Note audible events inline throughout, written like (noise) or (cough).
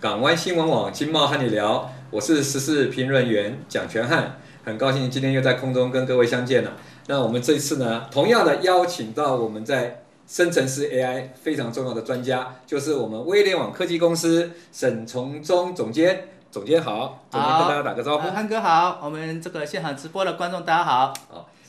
港湾新闻网经贸和你聊，我是时事评论员蒋全汉，很高兴今天又在空中跟各位相见了。那我们这次呢，同样的邀请到我们在生成式 AI 非常重要的专家，就是我们威廉网科技公司沈从忠总监。总监好，总监跟大家打个招呼。呃汉哥好，我们这个现场直播的观众大家好。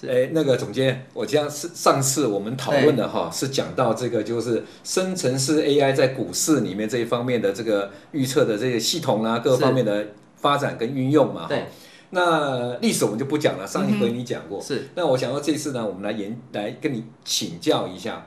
是哎，那个总监，我这样是上次我们讨论的哈，是讲到这个就是生成式 AI 在股市里面这一方面的这个预测的这个系统啊，各方面的发展跟运用嘛。对，嗯那历史我们就不讲了，上一回你讲过。是那我想要这次呢，我们来研来跟你请教一下，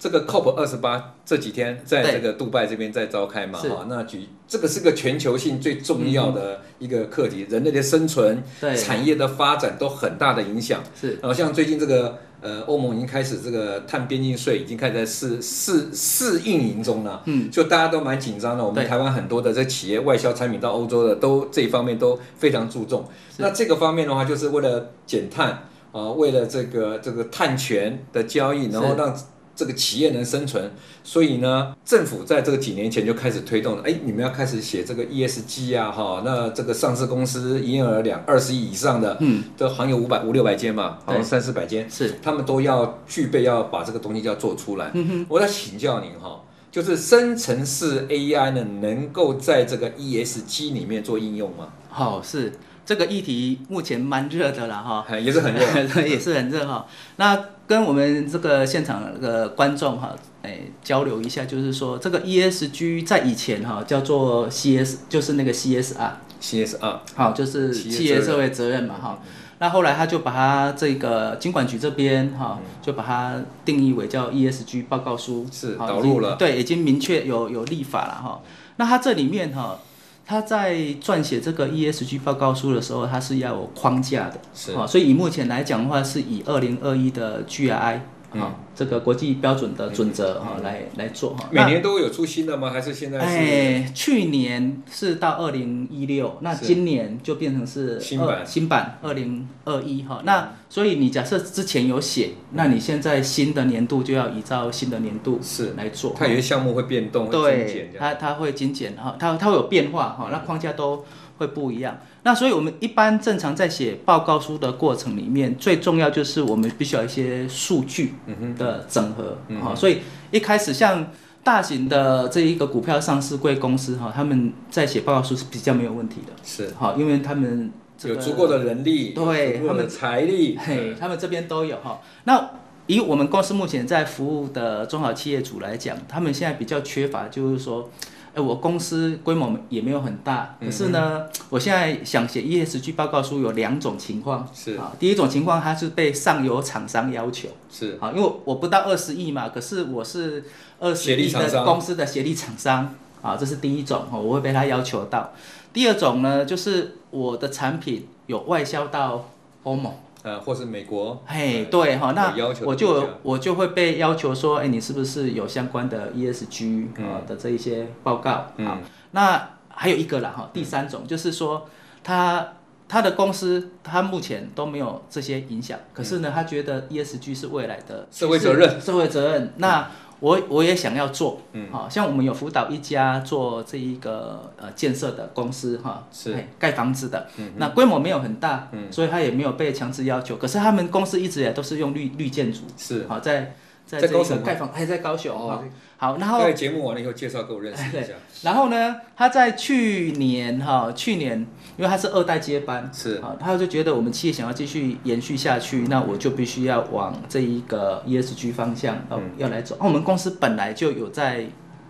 这个 COP 二十八这几天在对这个杜拜这边在召开嘛，是嗯哈，那举这个是个全球性最重要的一个课题，人类的生存、对，产业的发展都很大的影响。是然后像最近这个呃，欧盟已经开始这个碳边境税已经开始在试试试运营中了，嗯，就大家都蛮紧张的。我们对台湾很多的这企业外销产品到欧洲的，都这一方面都非常注重。是那这个方面的话，就是为了减碳啊，为了这个这个碳权的交易，是然后让这个企业能生存。所以呢，政府在这个几年前就开始推动了，哎，你们要开始写这个 ESG 啊，哈，那这个上市公司营业额两二十亿以上的，嗯，这行业五百五六百间嘛，好像对三四百间，是他们都要具备要把这个东西要做出嗯来。我要请教您哈，就是生成式 AI 呢，能够在这个 ESG 里面做应用吗？好、是这个议题目前蛮热的了哈，也是很 (laughs) 热也是很热哈。那跟我们这个现场的观众哈，哎，交流一下，就是说这个 ESG 在以前哈叫做 CS，就是那个 CSR， CSR 好，就是企业企业责任社会责任嘛哈。那后来他就把它这个经管局这边哈，嗯就把它定义为叫 ESG 报告书，是好导已经入了对，已经明确有有立法了哈。那它这里面哈，它在撰写这个 ESG 报告书的时候，它是要有框架的，是啊，所以以目前来讲的话，是以二零二一的 GRI 啊、嗯这个国际标准的准则哈、来来做哈。每年都有出新的吗？还是现在是？哎，去年是到二零一六，那是今年就变成是新二版新版二零二一哈。那所以你假设之前有写，那你现在新的年度就要依照新的年度是来做。它有些项目会变动，会精对简，这样。它它会精简哈，它它会有变化哈，那框架都会不一样。那所以我们一般正常在写报告书的过程里面，最重要就是我们必须要一些数据的整合嗯哈、所以一开始像大型的这一个股票上市贵公司哈，他们在写报告书是比较没有问题的，是好，因为他们、这个、有足够的人力，对有足够他的们财力，嘿，他们这边都有哈。那以我们公司目前在服务的中小企业主来讲，他们现在比较缺乏就是说，哎，我公司规模也没有很大，嗯可是呢，我现在想写 ESG 报告书有两种情况，是啊，第一种情况它是被上游厂商要求。是好，因为我不到二十亿嘛，可是我是二协十力亿厂商的公司的协力厂商啊，这是第一种哦，我会被他要求到。第二种呢，就是我的产品有外销到欧盟，呃，或是美国，嘿，对哈，那有要求的我就国家有我就会被要求说，哎，你是不是有相关的 ESG 嗯啊、的这一些报告？好，那还有一个啦哈，第三嗯种、就是说，他他的公司他目前都没有这些影响，可是呢，他觉得 ESG 是未来的嗯社会责任趋势，社会责嗯任。那我我也想要做，嗯，好像我们有辅导一家做这一个呃建设的公司哈，是嗯嘿盖房子的，那规模没有很大，所以他也没有被强制要求。可是他们公司一直也都是用绿绿建筑，是好在在在这高个雄吗盖房还在高雄哦哈，好，然后哎在节目完了以后介绍给我认识一下，然后呢，他在去年哈，去年因为他是二代接班，是啊，他就觉得我们企业想要继续延续下去，那我就必须要往这一个 ESG 方向哦、要来走。啊我们公司本来就有在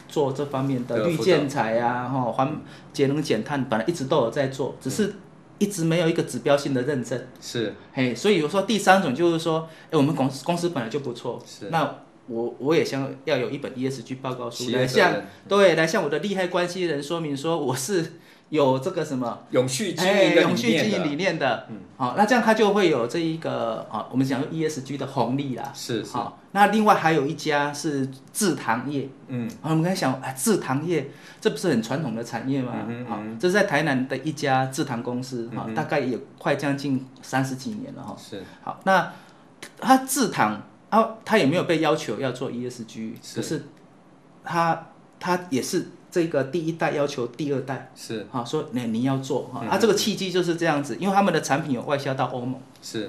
做这方面对的绿辅导建材啊，哈、环节能减碳，本来一直都有在做，只是一直没有一个指标性的认证。是嘿，所以我说第三种就是说，哎，我们公司公司本来就不错，是那我我也想要有一本 ESG 报告书企业来责向任对来向我的利害关系人说明说我是有这个什么。永续经哎营的理永续经念营的嗯理念的，好、那这样它就会有这一个啊，我们讲 ESG 的红利啦。是是好、那另外还有一家是制糖业，嗯，啊，我们刚才想啊，制糖业这不是很传统的产业吗？嗯哼嗯好、这是在台南的一家制糖公司，哈、大概也快将近三十几年了哈、是好，那他制糖，E 啊，他也没有被要求要做 ESG，是可是他他也是这个第一代要求第二代，是哈，说你你要做哈，啊，嗯这个契机就是这样子，因为他们的产品有外销到欧盟，是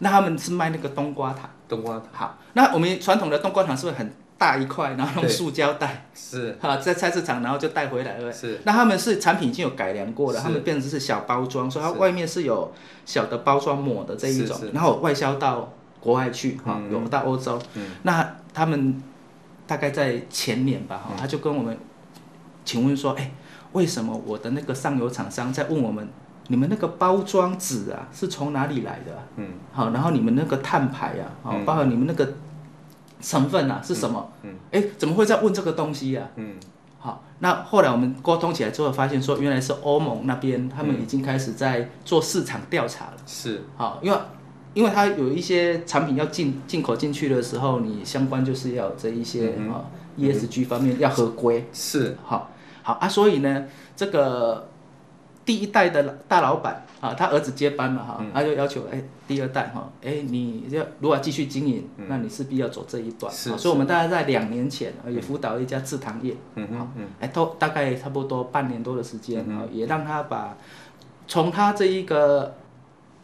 那他们是卖那个冬瓜糖，冬瓜好，那我们传统的冬瓜糖是不是很大一块，然后用对塑胶袋，是哈，在菜市场然后就带回来了。是那他们是产品已经有改良过了，是他们变成是小包装，所以它是外面是有小的包装膜的这一种是是，然后外销到国外去哈，嗯有到欧洲嗯。那他们大概在前年吧，哈嗯他就跟我们请问说，哎，为什么我的那个上游厂商在问我们，你们那个包装纸啊是从哪里来的啊、嗯好，然后你们那个碳排啊，好，嗯包含你们那个成分啊是什么？嗯哎，怎么会在问这个东西呀、啊嗯好，那后来我们沟通起来之后，发现说原来是欧盟那边他们已经开始在做市场调查了。是好，因为因为它有一些产品要进进口进去的时候，你相关就是要有这一些嗯哼啊、ESG 方面要合规。是好，好啊，所以呢，这个第一代的大老板啊，他儿子接班嘛哈，嗯他就要求哎，第二代哈，哎，你要如果要继续经营，那你势必要走这一段。嗯是好是所以我们大概在两年前啊也辅导了一家制糖业，嗯好哼嗯哎，都大概差不多半年多的时间，嗯啊，也让他把从他这一个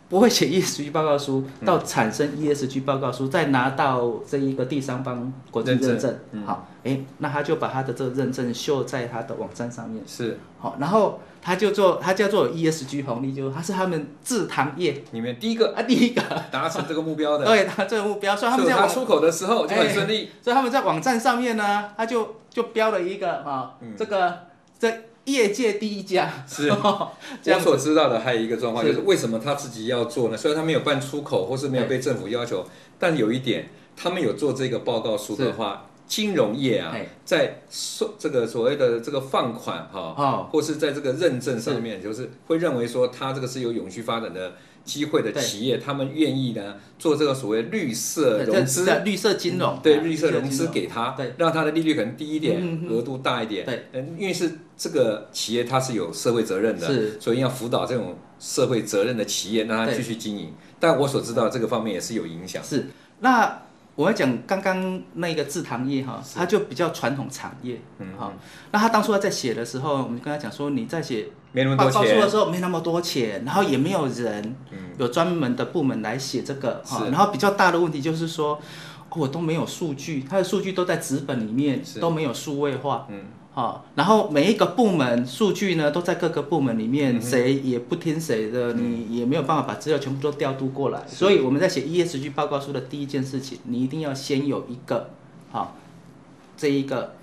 不会写 ESG 报告书嗯到产生 ESG 报告书，再拿到这一个第三方国际认证认证，嗯好，哎，那他就把他的这个认证秀在他的网站上面，是好，然后他就做，他叫做 E ESG 红利，就是他是他们制糖业你们第一个啊第一个，达成这个目标的， (laughs) 对，他这个目标，所以他们所以在他网出口的时候就很哎顺利，所以他们在网站上面呢，他就就标了一个啊、嗯这个这业界第一家，是 (laughs) 我这样所知道的还有一个状况，是就是为什么他自己要做呢？虽然他没有办出口，或是没有被政府要求，但有一点，他们有做这个报告书的话，金融业啊哎，在所这个所谓的这个放款哈、哦或是在这个认证上面，就是会认为说他这个是有永续发展的机会的对企业，他们愿意呢做这个所谓绿色融资。嗯这绿色金融，对哎绿色融资给他，对让他的利率可能低一点，嗯嗯嗯额度大一点，对嗯，因为是这个企业它是有社会责任的，是所以要辅导这种社会责任的企业，让它继续经营。但我所知道这个方面也是有影响，是。那我要讲刚刚那个制糖业哈，它就比较传统产业，嗯好、那他当初在写的时候，我们跟他讲说，你在写没那么报多啊告书的钱，时候没那么多钱，然后也没有人嗯有专门的部门来写这个哈、是然后比较大的问题就是说，哦我都没有数据，它的数据都在纸本里面是，都没有数位化。嗯好，然后每一个部门数据呢都在各个部门里嗯面，谁也不听谁的，你也没有办法把资料全部都调度过来。是所以我们在写 ESG 报告书的第一件事情，你一定要先有一个好这一个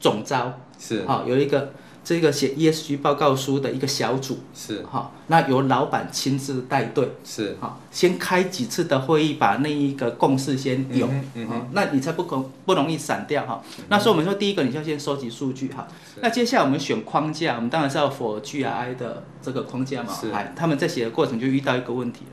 总招，是好有一个这个写 ESG 报告书的一个小组，是好，那由老板亲自带队，是，好，先开几次的会议，把那一个共识先有，嗯哼嗯哼嗯好那你才不可不容易散掉哈。那所以我们说，第一个你就要先收集数据哈。那接下来我们选框架，我们当然是要 for GRI 的这个框架嘛是。哎，他们在写的过程就遇到一个问题了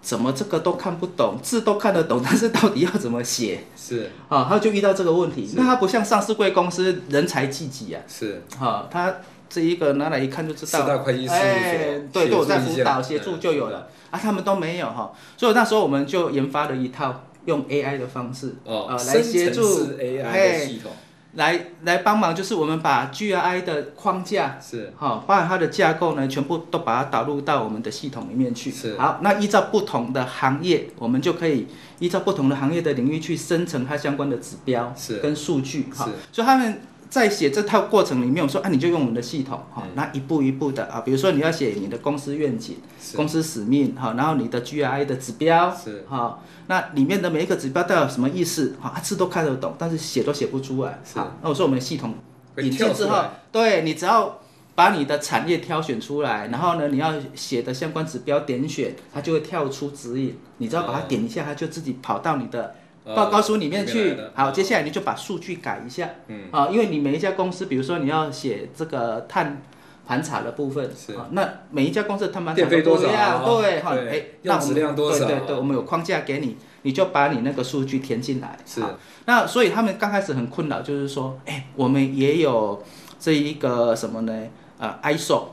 怎么这个都看不懂，字都看得懂，但是到底要怎么写是啊？他就遇到这个问题是。那他不像上市贵公司人才济济啊，是，哈，他这一个拿来一看就知四道。大会计事哎务所，对对，我在协助一辅下导协助就有了、啊，他们都没有哈，所以那时候我们就研发了一套用 AI 的方式哦，呃来生协成助式 AI 的哎，系统来来帮忙，就是我们把 GRI 的框架。是好，包含它的架构呢，全部都把它导入到我们的系统里面去。是好，那依照不同的行业，我们就可以依照不同的行业的领域去生成它相关的指标是跟数据。哈是，所以他们在写这套过程里面，我说啊，你就用我们的系统哈嗯，那、一步一步的啊，比如说你要写你的公司愿景、是公司使命哈，然后你的 GRI 的指标是好，那里面的每一个指标代表什么意思哈，啊字都看得懂，但是写都写不出来。是好，那我说我们的系统会引跳进出之后来，，对你只要把你的产业挑选出来，然后呢，你要写的相关指标点选，它就会跳出指引，你只要把它点一下，它就自己跑到你的。哦报告书里里面面去来了，好，接下来你就把数据改一下，嗯啊，因为你每一家公司，比如说你要写这个碳盘查的部分，是啊，那每一家公司的碳盘查电费都多不一少啊样，对，哈，对哎，那用我质们量多少啊对对对，我们有框架给你，你就把你那个数据填进来，是好那所以他们刚开始很困扰，就是说，哎、我们也有这一个什么呢？呃，ISO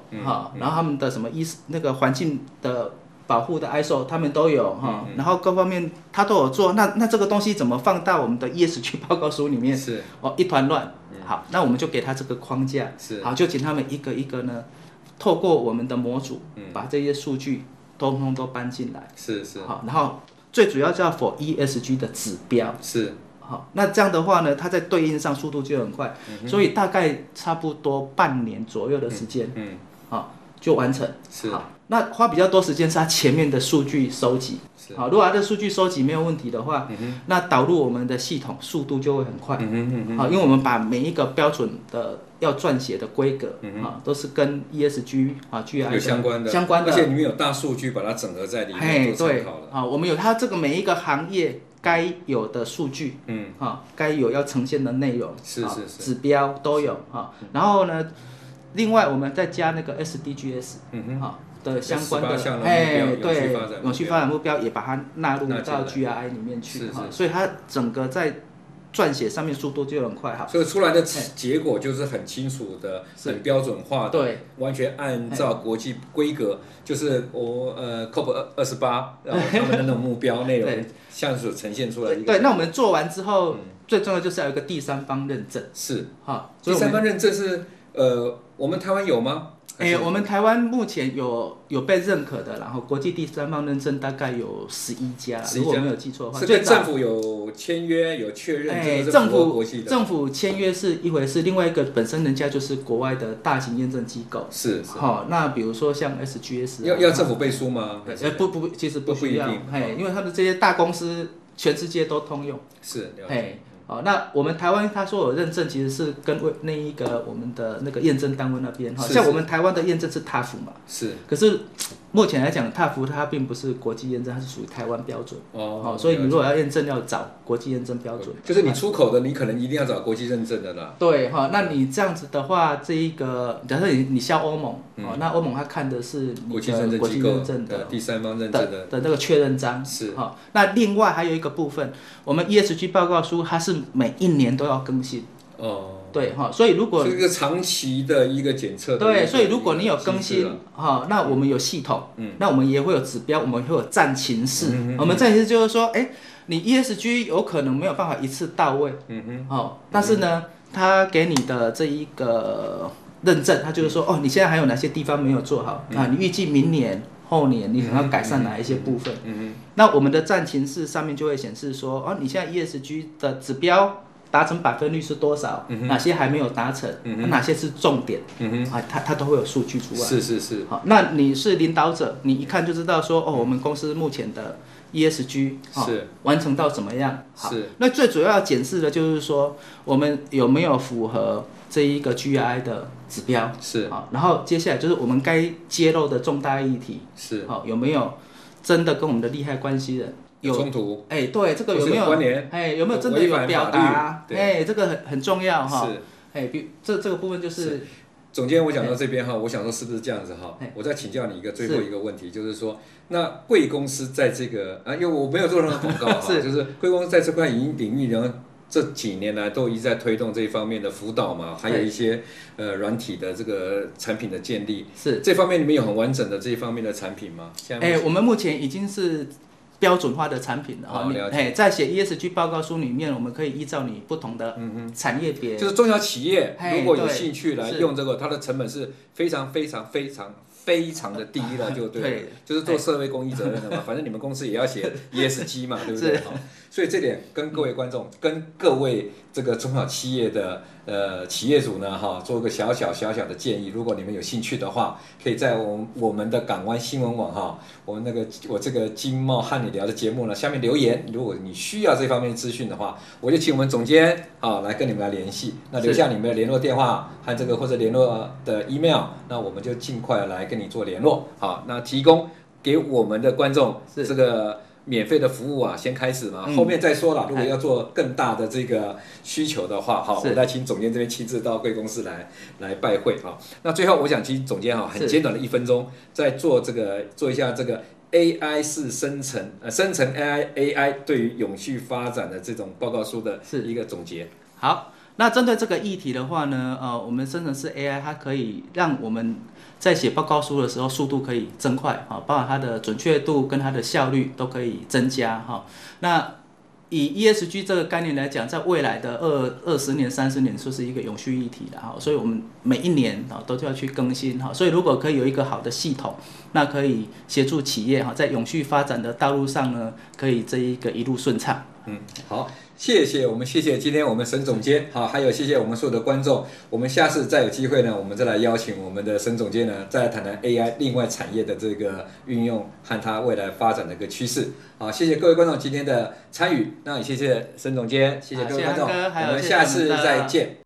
嗯哈、嗯然后他们的什么医那个环境的保护的 ISO 他们都有哈，嗯然后各方面他都有做，那那这个东西怎么放到我们的 ESG 报告书里面？是哦，一团乱。好，那我们就给他这个框架，嗯是好，就请他们一个一个呢，透过我们的模组，把这些数据通通都搬进来。是嗯是好，然后最主要叫 for ESG 的指标。是，好，那这样的话呢，它在对应上速度就很快，嗯所以大概差不多半年左右的时间，嗯，好就完成。是好，那花比较多时间是它前面的数据收集。是好，如果它的数据收集没有问题的话，那导入我们的系统速度就会很快。嗯哼嗯好，因为我们把每一个标准的要撰写的规格啊，都是跟 ESG 啊、GI 哼，嗯有相关的相关的而且你们有大数据把它整合在里嘿，面做参对考了，，啊，我们有它这个每一个行业该有的数据，嗯，啊，该有要呈现的内容，是啊是是指标都有啊。然后呢，另外我们再加那个 SDGs，嗯哼，啊的相关18项的的，目哎，标永续对发展目标，永续发展目标也把它纳入纳进到来 GRI 里面是去是哈，所以它整个在撰写上面速度就很快哈。所以出来的结果就是很清楚的、很标准化的，哎对，完全按照国际规格，就是我呃 COP 二二十八，然后他们的那种目标内容 (laughs) 对，像所呈现出来的对一个嗯对，那我们做完之后，最重要就是要有一个第三方认证，是哈，第所以我们三方认证是呃，我们台湾有吗？还哎、是我们台湾目前有有被认可的，然后国际第三方认证大概有十一家， 11如果家没有记错的话，是跟早政府有签约、有确认，哎、这个是政符合府国际的，政府签约是一回事，另外一个本身人家就是国外的大型验证机构，是是好、那比如说像 SGS，啊要要政府背书吗？还是呃不不，其实不不一需要定，哎，因为他们这些大公司全世界都通用，是了解哎。好、那我们台湾他说有认证，其实是跟为那一个我们的那个验证单位那边，哈，是嗯像是我们台湾的验证是 TAF 嘛，是可是目前来讲，踏服它并不是国际验证，它是属于台湾标准。哦，所以了你解如果要验证，要找国际验证标准。呃就是你出口的，你可能一定要找国际认证的啦。对哈，那你这样子的话，这一个假设你你像欧盟哦，那欧盟它看的是你嗯国际的认呃国证际机构认证对的第三方认证的的，的那个确认章是哈。那另外还有一个部分，我们 ESG 报告书它是每一年都要更新，哦，对哈，所以如果是一个长期的一个检测的一个。对，所以如果你有更一个机新制啊，嗯哈、那我们有系统，那我们也会有指标，我们会有战情室。我们战情室就是说，哎，你 ESG 有可能没有办法一次到位，嗯哼，哦，但是呢，他给你的这一个认证，他就是说，嗯哦，你现在还有哪些地方没有做好、啊？你预计明年、后年你可能要改善哪一些部分？嗯那我们的战情室上面就会显示说，哦，你现在 ESG 的指标达成百分率是多少？嗯哪些还没有达成？哪些是重点？哼，嗯啊，它它都会有数据出哼，来。是是是好，那你是领导者，你一看就知道说，哦，我们公司目前的 E ESG 好是哦完成到怎么样？好是，那最主要要检视的就是说，我们有没有符合这一个 GI 的指标？是好，然后接下来就是我们该揭露的重大议题，是，好，有没有真的跟我们的利害关系人有冲突哎、对，这个或有是没有有关联哎、有没有有真的违有反表法达律啊？对哎、这个很很重要哈。是。哎、比这这个部分就是总监，我讲到这边哈，我想说是不是这样子哈哎？我再请教你一个最后一个问题，就是说，那贵公司在这个啊，因为我没有做任何广告哈， (laughs) 是就是贵公司在这块影音领域呢，这几年来都一直在推动这一方面的辅导嘛，还有一些呃软体的这个产品的建立，是这方面你们有很完整的这一方面的产品吗？现在哎、我们目前已经是标准化的产品了啊哦。你了解哎，在写 ESG 报告书里面，我们可以依照你不同嗯的产业别，就是中小企业哎如果有对兴趣来是用这个，它的成本是非常非常非常非常的低了，就对了，对就是做社会公益责任的嘛。反正你们公司也要写 ESG 嘛，对不对？好，所以这点跟各位观众、跟各位这个中小企业的呃企业主呢，哈，做个小小小小的建议，如果你们有兴趣的话，可以在我们我们的港湾新闻网哈，我们那个我这个经贸和你聊的节目呢，下面留言，如果你需要这方面资讯的话，我就请我们总监啊来跟你们来联系，那留下你们的联络电话和这个或者联络的 email，那我们就尽快来跟你做联络，好，那提供给我们的观众是这个。免费的服务啊，先开始嘛，嗯后面再说啦。如果哎要做更大的这个需求的话，哈，是我再请总监这边亲自到贵公司来来拜会啊。那最后，我想请总监哈，很是简短的一分钟，再做这个做一下这个 AI 是生成呃生成 AI AI 对于永续发展的这种报告书的是一个总结。好。那针对这个议题的话呢，呃，我们生成式 AI 它可以让我们在写报告书的时候速度可以增快啊、包含它的准确度跟它的效率都可以增加哈、那以 ESG 这个概念来讲，在未来的二二十年、三十年，说是一个永续议题了哈，所以我们每一年啊都要去更新哈，所以如果可以有一个好的系统，那可以协助企业哈在永续发展的道路上呢，可以这一个一路顺畅。嗯，好，谢谢，我们谢谢今天我们沈总监，好，还有谢谢我们所有的观众，我们下次再有机会呢，我们再来邀请我们的沈总监呢，再来谈谈 AI 另外产业的这个运用和它未来发展的一个趋势。好，谢谢各位观众今天的参与，那也谢谢沈总监，谢谢好各位谢谢观众，安哥还有我们谢谢下我们次的再见。